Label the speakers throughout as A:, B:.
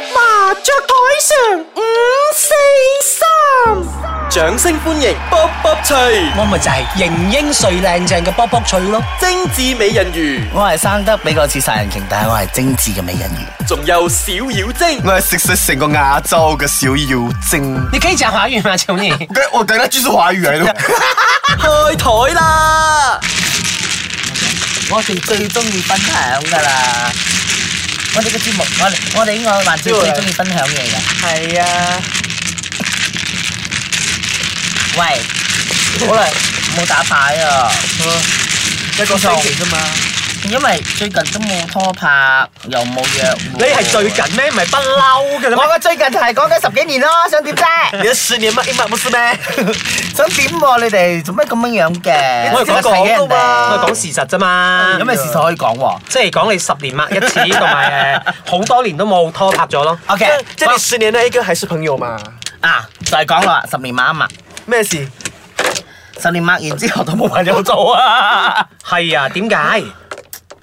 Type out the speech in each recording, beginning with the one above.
A: 雀台上五四三，掌聲歡迎卜卜脆，
B: 我咪就係型英帥靚正嘅卜卜脆咯。
A: 精緻美人魚，
B: 我係生得比較似殺人鯨，但係我係精緻嘅美人魚。
A: 仲有小妖精，
C: 我係食食成個亞洲嘅小妖精。
B: 你可以講華語嗎，求 你？
C: 我我等下繼續華語 嚟咯。
A: 開台啦！
B: 我哋最中意分享噶啦。我哋嘅節目，我哋我哋呢個環節最中意分享嘢嘅。
A: 係啊，
B: 喂，好耐冇打牌啊！
A: 一個星期啫嘛，
B: 因為最近都冇拖拍，又冇約會。
A: 你係最近咩？唔係不嬲嘅啦
B: 我
A: 咩？
B: 嘅最近係講緊十幾年咯，想點啫？
A: 你一十年乜乜冇事咩？
B: 想點喎？你哋做咩咁樣樣嘅？
A: 我係
B: 睇
A: 講講
B: 人
A: 噶嘛，
B: 哋
D: 我講事實啫
A: Ừ,
D: 嘛，
B: 有咩事實可以講喎？
D: 即係講你十年抹一次，同埋誒好多年都冇拖拍咗咯。
B: OK，
A: 即係你十年那一個還是朋友嘛？
B: 啊，就係講啦，十年抹一抹，
A: 咩事？
B: 十年抹完之後都冇 朋友做啊！
D: 係啊，點解？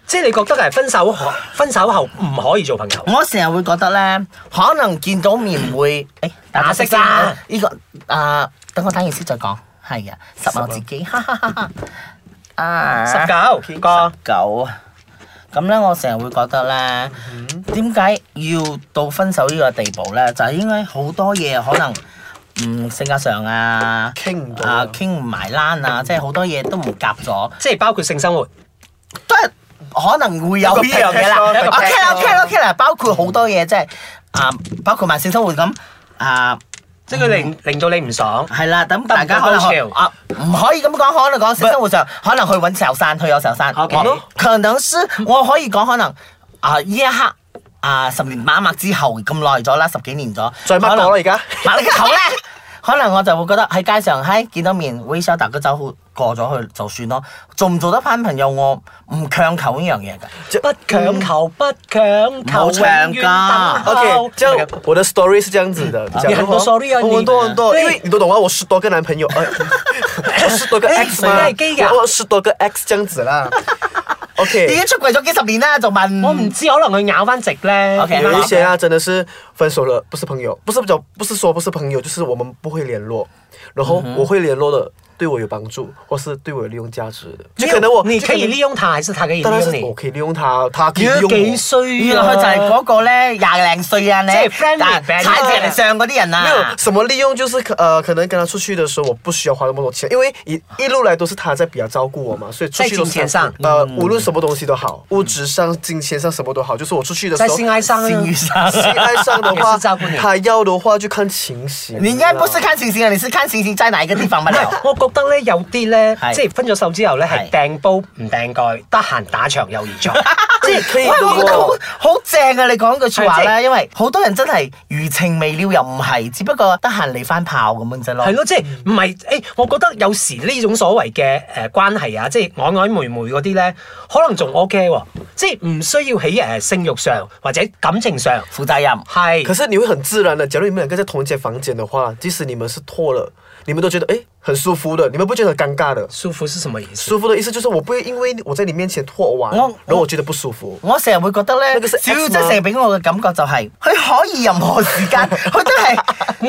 D: 即係你覺得係分手後，分手後唔可以做朋友？
B: 我成日會覺得咧，可能見到面會 誒
D: 打色啦。
B: 呢個啊，等我打完先再講。係啊，十我自己，哈哈哈哈 啊，
D: 十九個
B: 九啊。咁咧，我成日會覺得咧，點解要到分手呢個地步咧？就係、因為好多嘢可能，嗯，性格上啊，
A: 傾唔到
B: 啊，傾唔埋欄啊，即係好多嘢都唔夾咗，
D: 即係包括性生活。
B: 都係可能會有呢樣嘢啦。啊
A: 一個
B: OK 啦
A: package 咯
B: ，OK 啦，OK 啦，包括好多嘢，即係啊，包括埋性生活咁啊，
D: 即係佢令令到你唔爽，
B: 係啦，咁
D: 得唔
B: 大家
D: 得
B: 可能
D: 高
B: 去
D: 潮
B: 啊，唔可以咁講，可能講性生活上，可能去揾壽山，去有壽山。
D: OK
B: 我可能是我可以講，可能啊呢一刻啊十年把脈之後咁耐咗啦，十幾年咗，
A: 再乜
B: 可能
A: 我啦而家？
B: 嗱，你嘅口咧， 可能我就會覺得喺街上，喺見到面微笑大家走好過咗去就算咯。做唔做得翻朋友，我唔強求呢樣嘢㗎。
D: 不強求，不強求，永
B: 冇唱
D: 遠
B: 㗎
D: 等候
A: OK，这样我的 story 是这样子的，
D: 你很多 story 啊
A: 我很多
D: 你
A: 很多，
D: 对
A: 因为你都懂啊，我十多个男朋友，呃 我十多个 X
D: 哎
A: 嘛
D: 你也是 gay，噶
A: 我我十多个 X 这样子啦。
B: 已
A: OK，
B: 經出櫃咗幾十年啦，仲問？
D: 我唔知，可能佢咬翻直咧。
B: OK，
A: 有一些啊，真的是分手了，不是朋友，不是讲不是说不是朋友，就是我们不会联络，然后
D: 嗯
A: 我会联络的，对我有帮助，或是对我有利用價值的，就可能我
D: 你可以利
A: 用，
D: 用他，還是他可以利
A: 當然
D: 用
A: 是我
D: 你？
A: 可以利用他，他可以
D: 如
A: 利
D: 果
A: 用
D: 幾
A: 我。
D: 衰啊，
B: 原來佢就係嗰個咧，廿零歲啊，你
D: 即係 friend
B: 啊
D: 嚟 friend
B: 踩住人哋上嗰啲人
A: 没
B: 啊
A: 有。什么利用，就是可呃，可能跟他出去的时候，我不需要花那么多钱，因为一一路来都是他在比较照顾我嘛，所以出去都是他
D: 在金钱上嗯
A: 呃，无论什么东西都好，物质上、金钱上什么都好，就是我出去的时
D: 在
A: 候，
D: 性愛上啊，
B: 性欲上
A: 性爱上的
D: 也
A: 话
D: 是照顾你，
A: 他要的话就看情形。啊
B: 你應該不是看星星啊，你是看星星在哪一個地方 不了。
D: 啊我覺得咧有啲咧
B: 係，
D: 即係分咗手之後咧，係
B: 係
D: 掟煲唔掟蓋，得閒打場友誼賽。
A: 即係可以
B: 喂，我覺得好
A: 喎，
B: 好正啊！你講句説話
D: 係
B: 咧，因為好多人真係餘情未了，又唔係，只不過得閒嚟翻炮咁樣啫咯
D: 係。咯，即係唔係？誒，我覺得有時呢種所謂嘅誒關係啊，即係曖曖昧昧嗰啲咧，可能仲 OK 喎，即係唔需要喺誒性慾上或者感情上
B: 負責任。
D: 係。
A: 可是你会很自然的，假如你们两个在同一间房间的话，即使你们是脱了，你们都觉得哎很舒服的，你们不觉得很尴尬的。
D: 舒服是什麼意思？
A: 舒服的意思就是我不会因为我在你面前脱完，
B: 我
A: 然后我觉得不舒服。
B: 我成日會覺得咧
A: 呢個，是
B: 小
A: X
B: 妖
A: 嘛
B: 真成日俾我嘅感覺就係、佢可以任何時 間，佢都係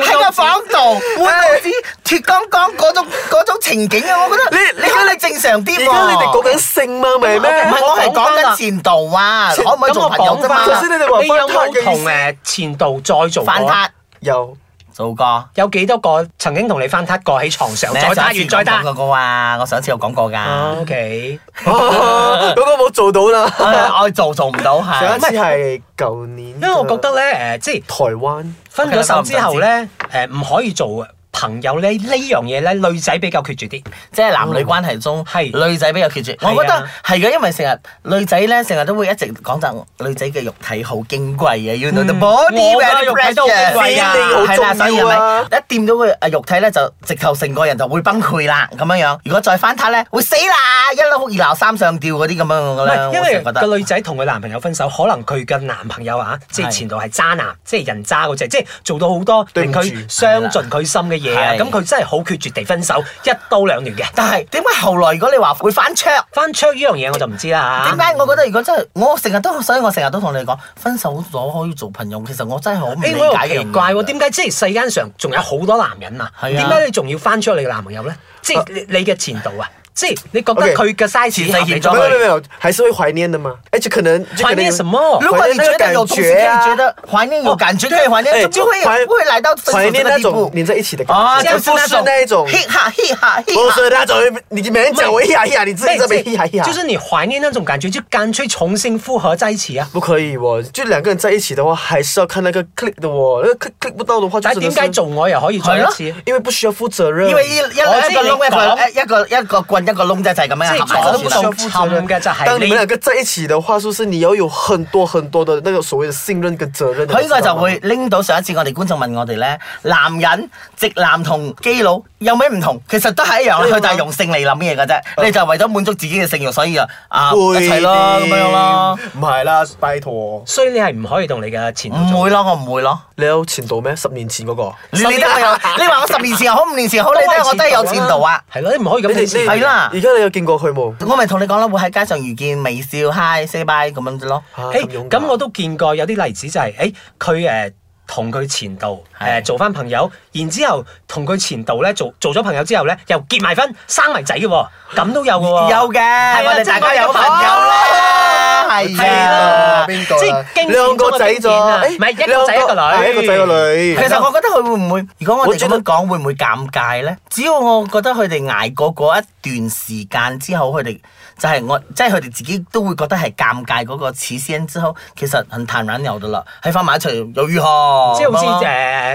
B: 喺個房度，會好似脱光光嗰種嗰種情景啊！我覺得
A: 你
B: 你可以正常啲
A: 而家
B: 喎。
A: 你哋講緊性嘛，咪
B: 唔
A: 咩？
B: 係我係講緊前度啊，可唔可以做朋友啫嘛
A: 咁我講？返啦
D: 你
A: 你有
D: 有
A: 冇
D: 冇
A: 同
D: 同誒前度再做
B: 反
D: 過？
B: 撻
A: 有
B: 做過。
D: 有幾多個曾經同你翻撻過喺床上？再打
B: 你上次
D: 完再打啊
B: 講。過個話，我上次有講過㗎。
D: O K。
A: 嗰個冇做到啦。
B: 啊我做做唔到係
A: 上一。次係舊年，因
D: 因為我覺得咧，誒、
B: 嗯
D: 即係
A: 台灣
D: 分咗手之後咧，誒唔可以做朋友咧呢樣嘢咧，女仔比較決絕啲。
B: 即係男女關係中，
D: 嗯係
B: 女仔比較決絕。
D: 係啊
B: 我覺得係嘅，因為成日女仔咧，成日都會一直講就女仔嘅肉體好矜貴嘅，you know the
D: 嗯
B: body
D: 我
B: very
D: 嘅肉體都好矜貴啊
B: precious 係啦，
A: 好重要啊
B: 所以係咪一掂到佢誒肉體咧，就直頭成個人就會崩潰啦咁樣樣。如果再翻撻咧，會死啦，一哭二鬧三上吊嗰啲咁樣
D: 唔
B: 嘅咧，
D: 係，因
B: 我成
D: 為
B: 日覺得
D: 個女仔同佢男朋友分手，可能佢嘅男朋友啊，即係前度係渣男，即係人渣嗰只，即係做到好多
A: 對唔
D: 令
A: 住
D: 佢傷盡佢心嘅嘢啊，
B: 係
D: 咁佢真係好決絕地分手，一刀兩斷嘅。
B: 但係點解後來如果你話會翻桌？
D: 翻桌呢樣嘢我就唔知啦嚇。
B: 點解我覺得如果真係我成日都，所以我成日都同你講，分手咗可以做朋友，其實我真係好唔理
D: 誒，我又
B: 解嘅。
D: 奇怪喎，點解即係世間上仲有好多男人啊？
B: 係啊
D: 點解你仲要翻出你嘅男朋友咧？即係你你嘅前度啊？即係你覺得
A: OK，
D: 佢嘅 size 合你
B: 前世欠
D: 咗
B: 咗
A: 没有没有
D: 佢？
A: 没有，还是会怀念的嘛。哎，就可能就可
D: 怀
A: 能
D: 念什么
B: 如果你
A: 怀
B: 觉
A: 念
B: 得
A: 那
B: 有
A: 种
B: 东
A: 感
B: 西可
A: 觉
B: 以
A: 啊，
B: 觉得怀念有感觉，可以怀
A: 哎，
B: 念，就不会
A: 怀
B: 不会来到分
A: 怀
B: 手这
A: 念
B: 个
A: 那
B: 地
A: 种
B: 步。
A: 黏在一起的感觉。
B: 啊，
D: 这样
B: 就
D: 子那
A: 种那一种
B: 嘿哈嘿哈嘿
A: 不
B: 哈，
A: 是那种，你你每天讲我一呀一呀，你自己这边一呀一呀，
D: 就是你懷念那種感覺，就乾脆重新複合在一起啊！
A: 不可以哦。就两个人在一起的话，还是要看那个 click 的哦。那个 click click 不到的话，就
D: 但係
A: 真的
D: 點解
A: 是
D: 做愛又可以再一次？
B: 係
D: 即
A: 因为不需要负责任。
B: 因為一一兩一個窿一個一個一個棍一個窿仔就係啊咁樣
D: 係
B: 合
D: 做得不
B: 埋咗
A: 需
B: 算
D: 受
B: 啦。
A: 要負責
D: 侵
A: 任
D: 嘅就係
A: 当你
D: 你
A: 们。两个在一起的话，是不是你要有很多很多的那个所谓的信任跟责任的？
B: 佢呢個
A: 你知
B: 就
A: 道嗎
B: 會拎到上一次我哋觀眾問我哋咧，男人直男同基佬有咩唔同？其實都係一樣啦，
A: 一樣啊
B: 佢就係用性嚟諗嘢嘅啫。你就係為咗滿足自己嘅性欲，所以就啊
A: 會
B: 一齊咯咁
A: 添
B: 樣咯。，
A: 唔係啦，拜託。
D: 所以你係唔可以同你嘅前度
B: 唔
D: 做
B: 會咯，我唔會咯。
A: 你有前度咩？十年前嗰個。
B: 你你都係有，你話我十年前又好，五年前又好，
D: 都
B: 你
D: 係
B: 都係我
D: 前
B: 都係有前度啊。
D: 係咯，你唔可以咁
A: 你
D: 睇
A: 哋
D: 前
A: 你
D: 度
B: 係啦
A: 而家你有見過佢冇？
B: 我咪同你講啦，會喺街上遇見，微笑 hi say bye 咁樣啫咯。
A: 啊
D: 誒
A: 勇敢
D: 咁我都見過有啲例子就係、誒佢誒同佢前度誒、
B: 係
D: 做翻朋友，然之後同佢前度咧做做咗朋友之後咧，又結埋婚生埋仔嘅喎，咁都有嘅喎。
B: 有嘅，
D: 啊
B: 我哋
D: 即係
B: 大家有
D: 我哋
B: 朋友啦，
D: 哦
B: 係啊。
A: 邊個
D: 即係經典
A: 兩個仔
D: 中嘅經典啊
A: 咗，
D: 唔係一個仔一個
A: 兩係
D: 女，
A: 一個仔一個女。
B: 其實我覺得佢會唔會，如果我
A: 我
B: 哋咁
A: 覺得
B: 樣講，會唔會尷尬咧？只要我覺得佢哋捱過嗰一段時間之後，佢哋就係我，即係佢哋自己都會覺得係尷尬嗰個此先之後，其實很坦然有噶啦，喺翻埋一齊又如何？
D: 即係好
B: 咁
D: 似
B: 樣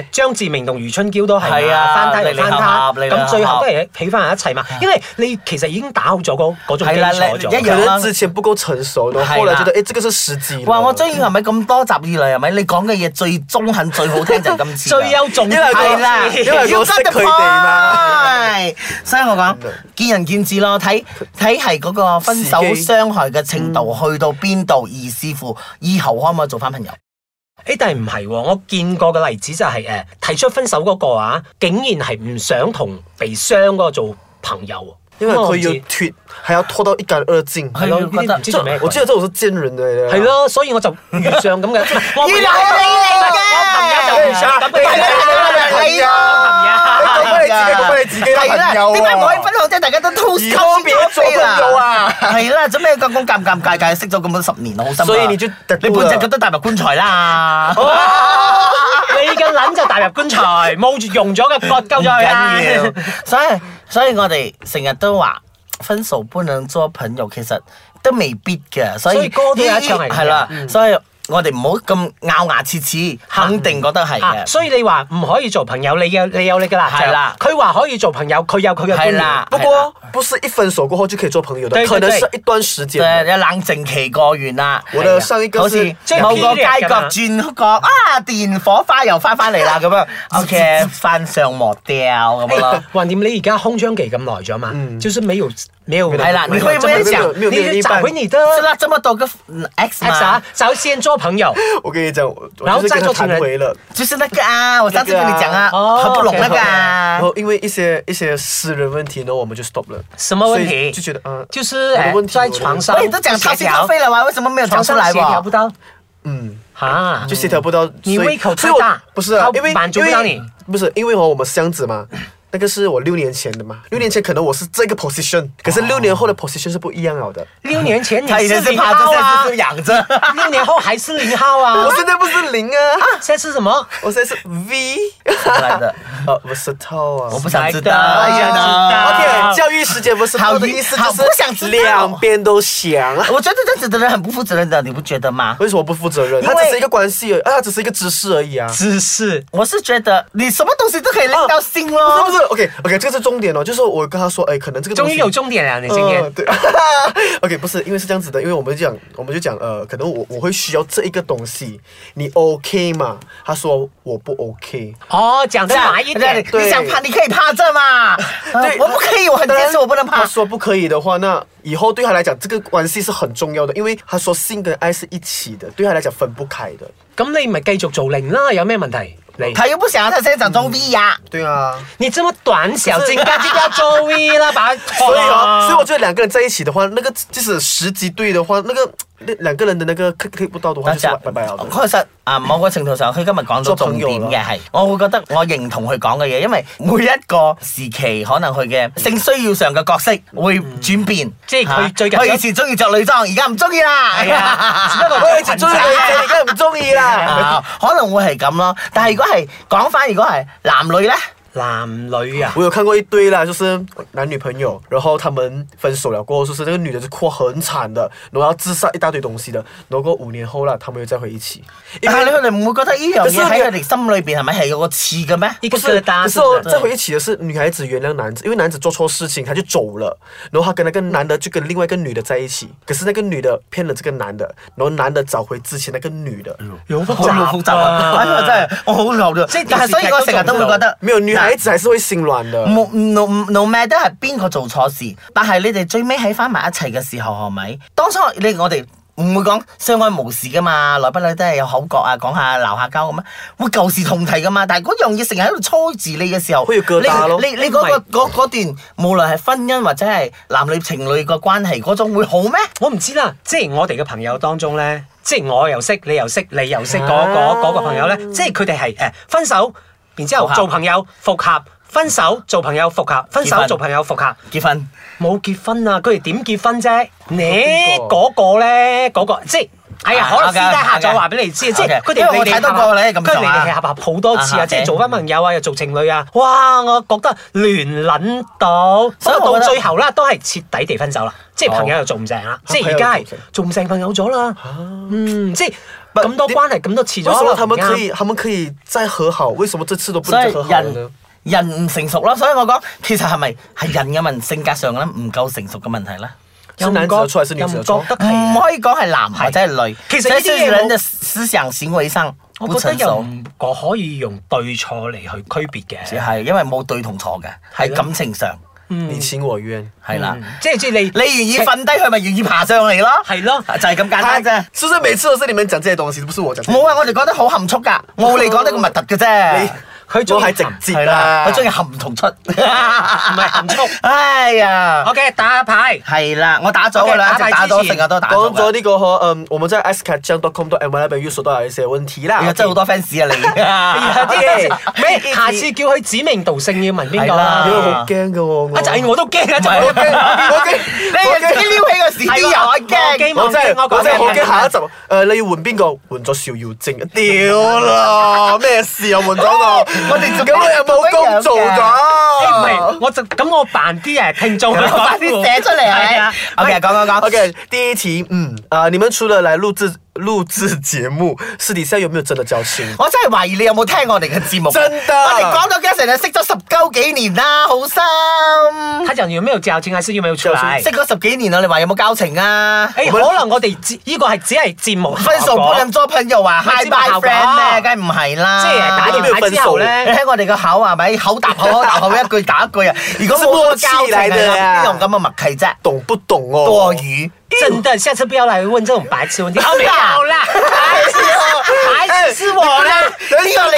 D: 誒張志明同余春嬌都哦係
B: 係啊
D: 翻胎又翻
B: 你合
D: 胎，
B: 你合
D: 咁最後都係起翻一齊嘛。因為你其實已經打好咗嗰嗰種基
B: 係啦
D: 礎
B: 你一
D: 咗
B: 樣。
A: 可能之前不夠成熟的，
B: 係啦
A: 後來覺得誒、這個是時機。
B: 哇！我中意係咪咁多集以嚟係咪？你講嘅嘢最中肯、最好聽就係今次啦。
D: 最優重
A: 因為我
B: 係啦，
A: 因為我識佢哋嘛
B: 係，所以我講
A: 嗯
B: 見仁見智咯，睇睇係嗰個分手
A: 時機嗯
B: 傷害嘅程度去到邊度，而視乎以後可唔可以做翻朋友。
D: 誒，但係唔係喎？我見過嘅例子就係、誒、提出分手嗰個啊，竟然係唔想同被傷嗰個做朋友喎。
A: 因為
D: 咁我唔
A: 佢要
D: 知
A: 脫，還要脫到一乾二
B: 係
A: 淨。
D: 係咯，呢
B: 我覺得
D: 啲唔知做咩鬼。
A: 我記得這種是奸人的。
B: 哎
D: 係，啊咯，所以我就遇上咁嘅。唔係我
B: 原來係你嚟 嘅
D: 我朋友就遇上咁
A: 哎
D: 嘅
B: 係啦係啦
A: 你講翻你自己，講翻你自己
B: 係啦，
A: 嘅朋友
B: 哎點解唔可以分
A: 啊！
B: 享啫？大家都 toast
A: 哎以後別做朋友啊
B: 係啦，做咩咁咁尷尷尬尬？識咗咁多十年好心啊
A: 所以你就啊
B: 你半隻腳都踏入棺材啦。
D: 哦你嘅撚就踏入棺材，冇住用咗嘅割鳩咗佢啦。
B: 緊要。 所以所以我哋成日都話分手不能做朋友，其實都未必嘅。所以
D: 所以歌都有一唱係咁嘅嗯
B: 係啦，所以我哋唔好咁咬牙切齒，肯定覺得 係
D: 啊，
B: 嘅。
D: 所以你話唔可以做朋友，你有你有你嘅立
B: 係
D: 場
B: 啦。
D: 佢話可以做朋友，佢有佢嘅觀
B: 係
D: 念
B: 哎啦。
A: 不過不是一分手過後就可以做朋友的
D: 對，對
A: 可能
D: 對
A: 是一段時
B: 即
A: 間
B: 係
A: 的。
B: 你冷靜期過完啦，
A: 我
B: 係啊
A: 哋上一個
B: 好
A: 是
B: 似
D: 即係
B: 某個
D: period
B: 街
D: 㗎
B: 角
D: 嘛
B: 轉角啊，電火花又翻返嚟啦咁 樣。OK，翻上磨掉咁樣咯。
D: 橫掂哎你而家空窗期咁耐咗嘛，就是沒有沒有
B: 嗯係啦
D: 沒有
B: 你會唔
D: 這麼
B: 會
A: 講沒有沒有另
D: 你
A: 一
D: 就
A: 半
D: 找回你的
B: 是啦，這麼多個 X
D: X
B: 嘛
D: 啊，，找先做朋友。
A: 我跟你講，我我
D: 然後
A: 就是
D: 再
A: 跟
D: 做
A: 他
D: 情人
A: 談回了。
B: 就是那個啊，我上次跟你講
D: 那
B: 啊，
D: 個啊
B: 合不攏那個
A: 然
B: 啊。
A: 后因为一些一些私人问题呢，我们就 stop 了。
D: 什麼問
A: 所以
D: 題？
A: 就覺得嗯
D: 就是
A: 我的
D: 呃
A: 問題
D: 在
A: 我的
D: 床
A: 問題
D: 上
B: 喂，都講掏心掏
D: 協調
B: 肺了哇，為什麼沒有
D: 床
B: 講出
D: 上
B: 來
D: 協調
B: 喎
D: 不？到
A: 嗯，
D: 啊，
A: 就协调不到。
D: 你
A: 所以
D: 胃口太
A: 所以我
D: 大
A: 不是啊
D: 他，
A: 因为
D: 满足
A: 因
D: 不
A: 为
D: 到你
A: 不是因为哦，我们箱子嘛，那个是我六年前的嘛，六年前可能我是这个 position，可是六年后
D: 哦
A: 的 position 是不一样了的。
D: 六年前你
B: 他以
D: 是
B: 前是
D: 零
B: 趴着，
D: 號
B: 現
D: 啊
B: 在是，仰 着。
D: 六年後還是零號啊
A: 我，现在不是零啊，
D: 現在是什麼？
A: 我现在是 V，
B: 來的，哦
A: 呃，不是套啊
B: 我。不想知道。
D: 哎呀知道
A: OK，教育时间不是
B: 好
A: 套的意思
B: 好不想
A: 就
B: 知
A: 是
B: 道
A: 两边都想。
B: 我觉得這樣子的人很不負責任的，你不覺得嗎？
A: 为什么不负责任？
B: 因為
A: 它只是一个关系而已，啊，它只是一个知识而已啊。
D: 只是
B: 我是覺得你什麼東西都可以拎到心
A: 哦
D: 啊
A: 不
B: 咯。
A: 是不是，OK OK，这个是重点哦，就是我跟他说，哎，可能这个东
D: 終
A: 西
D: 於有重點啦，你今
A: 呃
D: 天。
A: 对 ，OK，不是，因为是这样子的，因为我们就讲，我们就讲，呃，可能我我会需要这一个东西，你 OK 嘛？他说我不 OK，
D: 哦，講得
B: 啊
D: 白一點，
A: 對
B: 你想趴，你可以趴着嘛。
A: 对，
B: 呃我不可以，我很坚持，我不能
A: 他
B: 趴。
A: 说不可以的话，那以后对他来讲，这个关系是很重要的，因为他说性跟爱是一起的，对他来讲分不开的。
D: 咁你咪繼續做零啦，有咩問題？你
B: 他又不想要他现在想做 V 呀、
A: 对啊，
D: 你这么短小精干，就不要做 V 啦，把啊它
A: 所以哦，所以我觉得两个人在一起的话，那个即使十级对的话，那个那两个人的那个 click click 不到的话，
B: 等
A: 就是
B: 陣
A: 拜拜了的。
B: 確實啊，某個程度上，佢今日講到
A: 做
B: 重
A: 朋友
B: 點嘅
A: 啦
B: 係，我會覺得我認同佢講嘅嘢，因為每一個時期可能佢嘅性需要上嘅角色會轉變，
D: 即係佢
B: 啊
D: 最近
B: 佢以前中意着女裝，而家唔中意啦。
D: 係啊只不過
A: 喂，最中 意女仔，你梗係唔中意啦。
B: 啊可能會係咁咯。但係如果係講翻，如果係男女咧，
D: 男女啊，
A: 我有看过一堆啦，就是男女朋友，然后他们分手了过后，就是那个女的就哭很惨的，然后要自杀一大堆东西的，然后过五年后啦，他们又再回一起。
D: 哎
A: 因
B: 但係
A: 为
B: 你佢哋唔會覺得呢樣嘢喺佢
A: 可
B: 哋心裏邊係咪係有個刺嘅咩？
D: 一
A: 不
D: 个疙
A: 是，
D: 瘩
A: 可是
D: 是不
A: 哦，
D: 是
A: 再回一起的是女孩子原谅男子，因为男子做错事情他就走了，然后他跟那个男的就跟另外一个女的在一起，可是那个女的骗了这个男的，然后男的找回之前那个女的，
D: 有
B: 好複雜啊！哎呀，真係我好牛嘅。
D: 即係
B: 但係所以我成日都會覺得
A: 没有女孩子还是会心软的。
B: 冇 no no matter 係邊個做錯事，但係你哋最尾喺翻埋一齊嘅時候，係咪？當初你我哋唔會講相愛無事噶嘛，來不來都係有口角啊，講下鬧下交咁啊，會舊事重提噶嘛。但係嗰樣嘢成日喺度搓住你嘅時候，
A: 會有疙瘩咯
B: 你你你嗰、個嗰嗰段，無論係婚姻或者係男女情侶個關係嗰種會好咩？
D: 我唔知啦，即係我哋嘅朋友當中咧，即係我又識，你又識，你又識嗰
A: 啊
D: 嗰嗰個朋友咧，即係佢哋係誒分手，然之
B: 復
D: 後
B: 合
D: 做朋友復合，分手做朋友復合，分
B: 結
D: 手
B: 婚
D: 做朋友復合，
B: 結婚
D: 冇結婚啊！佢哋點結婚啫？你
A: 邊個
D: 嗰個咧，嗰個即係。哎呀，
B: 啊
D: 可能私
B: OK，
D: 底下
B: OK
D: 再話俾你知，即係
B: OK，
D: 佢
B: 因
D: 哋
B: 為我
D: 你
B: 睇到
D: 哋合
B: 過你咁
D: 跟住你
B: 上下
D: 哋合合好多次啊，
B: 啊哈
D: 即係
B: OK
D: 做翻朋友啊，又做情侶啊，哇！我覺得亂撚到，
B: 所
D: 所
B: 以
D: 以
B: 我
D: 到
B: 覺得
D: 最後啦，都係徹底地分手啦，即係
B: 哦
D: 朋友又做唔成啦，即
A: 朋
D: 係
A: 友
D: 而家係
A: 又做唔成
D: 做唔成朋友咗啦，
B: 啊
D: 嗯，即係咁多
A: 你
D: 關係咁多次咗
A: 为
D: 啦，
A: 什么他们
D: 唔啱
A: 可以，他们可以再和好？为什么这次都不
B: 所
A: 能
B: 以
A: 再和好了
B: 人
A: 呢？
B: 人唔成熟咯，所以我講其實係咪係人嘅問性格上咧唔夠成熟嘅問題咧？
A: 是男子的错还是女子的
D: 又
A: 错
D: 唔覺？得係
B: 唔可以講係男或者係女，
D: 其實呢啲嘢
B: 這是人
D: 我
B: 嘅思想行為上不
D: 我覺得
B: 成
D: 又
B: 熟，
D: 唔我可以用對錯嚟去區別嘅，
B: 只係因為冇對同錯嘅，喺
D: 咯
B: 感情上
A: 你情我愿。
B: 係啦。
D: 嗯即係即係你
B: 你願意瞓低，佢咪願意爬上嚟咯。
D: 係咯
B: 就係咁簡單啫。
A: 是不是每次都是你们讲这些东西，不是我讲？
B: 冇啊，我哋哎講得好含蓄㗎，冇你講得咁密突嘅啫。
D: 佢中
A: 我
D: 意
A: 係直
D: 含
A: 接啊
B: 係啦，
A: 啦，
B: 我中意含同出，唔係
D: 含 蓄。
B: 哎呀，
D: OK，打下 牌。
B: 係啦，我打咗㗎啦，一
D: OK，打
B: 直打
D: 牌之
B: 咗，
D: 前
B: 成日都打啊咗
A: 讲咗
B: 㗎。
A: 呢個和嗯，我們在 s c a t c h c o m m y 那邊又說到有一些問題啦。
B: 你真係好多 fans 啊你。 啊
D: 咩？下次叫佢指名道姓要問邊個
B: 係啦
A: 因為好
D: 啦？
A: 驚嘅喎，我
D: 啊啊就係我都驚啊！就
B: 唔係哦
D: 係我 驚。
A: 我驚我驚我
B: 你自己撩起個屎
D: 係
B: 啲
D: 喎
B: 油，我
D: 我
B: 驚
D: 驚。
A: 我真
D: 我
A: 係
D: 講
A: 我
B: 啊
A: 真係好
D: 咩
A: 驚下一集，誒、呃你要換邊個？換咗邵耀正，屌啦，咩事啊？換咗我，我哋咁我又冇工做
D: 誒唔
A: 咗
D: 係，。啊我就咁我扮啲誒聽眾，
B: 我把啲寫出嚟啊係
D: 係
B: 咪
D: 啊
B: ？OK，講講講。
A: OK，第一題，嗯，啊、你們除了來錄制錄制節目，私底下有沒有真的交情？
B: 我真係懷疑你有冇聽我哋嘅節目。啊
A: 真㗎
B: 我哋講到 Jason 係識咗十鳩幾年啦，好深。
D: 他就要咩有照錢，還是要咩有出嚟？
B: 識咗十幾年啦，你話有冇交情啊？
D: 誒，可能我哋只呢個係只係節目
B: 分手不能做朋友啊，Hi
D: 知道
B: bye
D: 效果
B: friend 咧，梗係唔係啦。
D: 即係打電話之後
B: 你
D: 咧，
B: 睇我哋個口啊係咪口搭口口搭口一句打一句啊？如果冇咁嘅交情
A: 是默契嚟嘅
B: 啊，邊有咁嘅默契啫？
A: 懂不懂哦？
B: 多餘。
D: 真的，下次不要來問這種白痴問題。哦，
B: 哎
D: 沒有啦，白痴哦，白痴是我啦。
B: 呢個你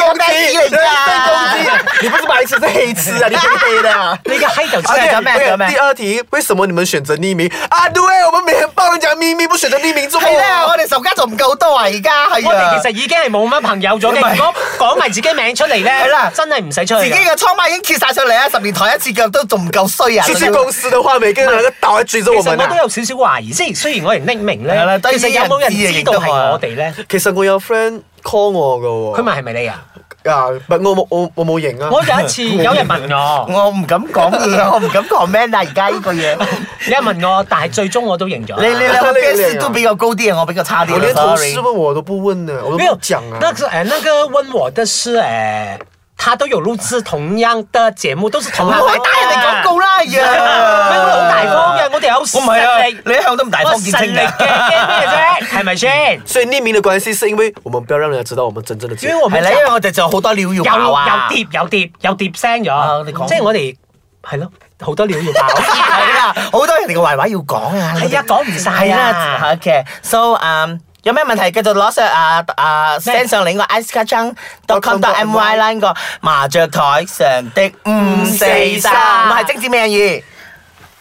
B: 嘅 fans 嚟㗎。
A: 你不是白痴，是黑痴 啊！你黑黑的、啊。
D: 那個黑狗
B: 啊
D: 真
B: 有咩有咩
A: 第二题，为什么你们选择匿名？啊，对，我们每人帮人家秘密，不选择匿 名
D: 哎
A: 做
B: 係 啦，我哋仇家仲唔夠多啊！而家係
D: 我
B: 啊
D: 哋其。實已經係冇乜朋友咗
B: 唔係
D: 嘅。如果講埋自己名出嚟咧，
B: 係啦
D: 真係唔使出
B: 自
D: 去
B: 己
D: 嘅。
B: 嘅瘡疤已經揭晒上嚟啦，十年抬一次腳都仲唔夠衰啊！
A: 去去公司的话，每个人有个刀追着
D: 其
A: 我
D: 實
A: 们、
D: 我都
A: 啊。
D: 有少少懷疑，即係雖然我哋匿名
B: 係啦
D: 咧，
B: 但係
D: 其實有冇人知道係我哋咧？
A: 其實我有 friend call 我噶喎，
D: 佢問係咪你 啊？
A: 啊，唔係我冇我我冇型啊。
D: 我有一次有人問我，
B: 我唔敢講嘢，我唔敢 comment 啊！而家呢個嘢，
D: 有人問我，但係最終我都認咗。
B: 你你兩個 fans 都比較高啲啊，我比較差啲
A: 我
B: 啊
A: 連同事
B: ，sorry。
A: 問我都不問呢、我都
D: 没有
A: 不講啊。
D: 那个哎，那个问我的是哎，他都有录制同样的节目，都是同
B: 唔
D: 行
B: 好去打人
D: à?
B: 哋廣告啦，哎呀！
D: 咩啊 我啊好大方嘅，我哋有
B: 我唔係啊
D: 實力，
B: 你一向都唔大方
D: 我
B: 見
D: 實
B: 稱
D: 力
B: 嘅
D: 嘅驚咩啫？啊 係咪先？
A: 所以匿名的關係是因為我們不要讓人家知道我們真正的自己哎
D: 因為我
B: 係
D: 們
B: 啦，因為我哋仲有好多料要
D: 有
B: 爆啊。
D: 有碟有碟有碟聲
B: 啊你講
D: 咗，即係我哋係咯，好多料要爆。
B: 係啦，好多人哋嘅壞話要講啊。
D: 係啊講唔晒啊
B: 係啦，好嘅。So um。有咩問題繼續攞上啊啊 send 上你個 i c e c a c h a n g c o m m y 啦，呢個麻雀台上的五四三，我係精子美人魚。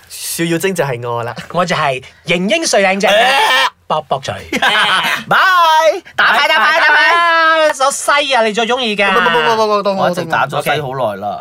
A: 小妖精就係我啦。
D: 我就係型英帥靚仔
B: 呃，
D: 卜卜嘴，
B: Bye，打牌打牌打牌，
D: 手西啊，你最中意㗎。
A: 唔唔唔唔唔，到
B: 我
A: 我
B: 一直打咗西好耐啦。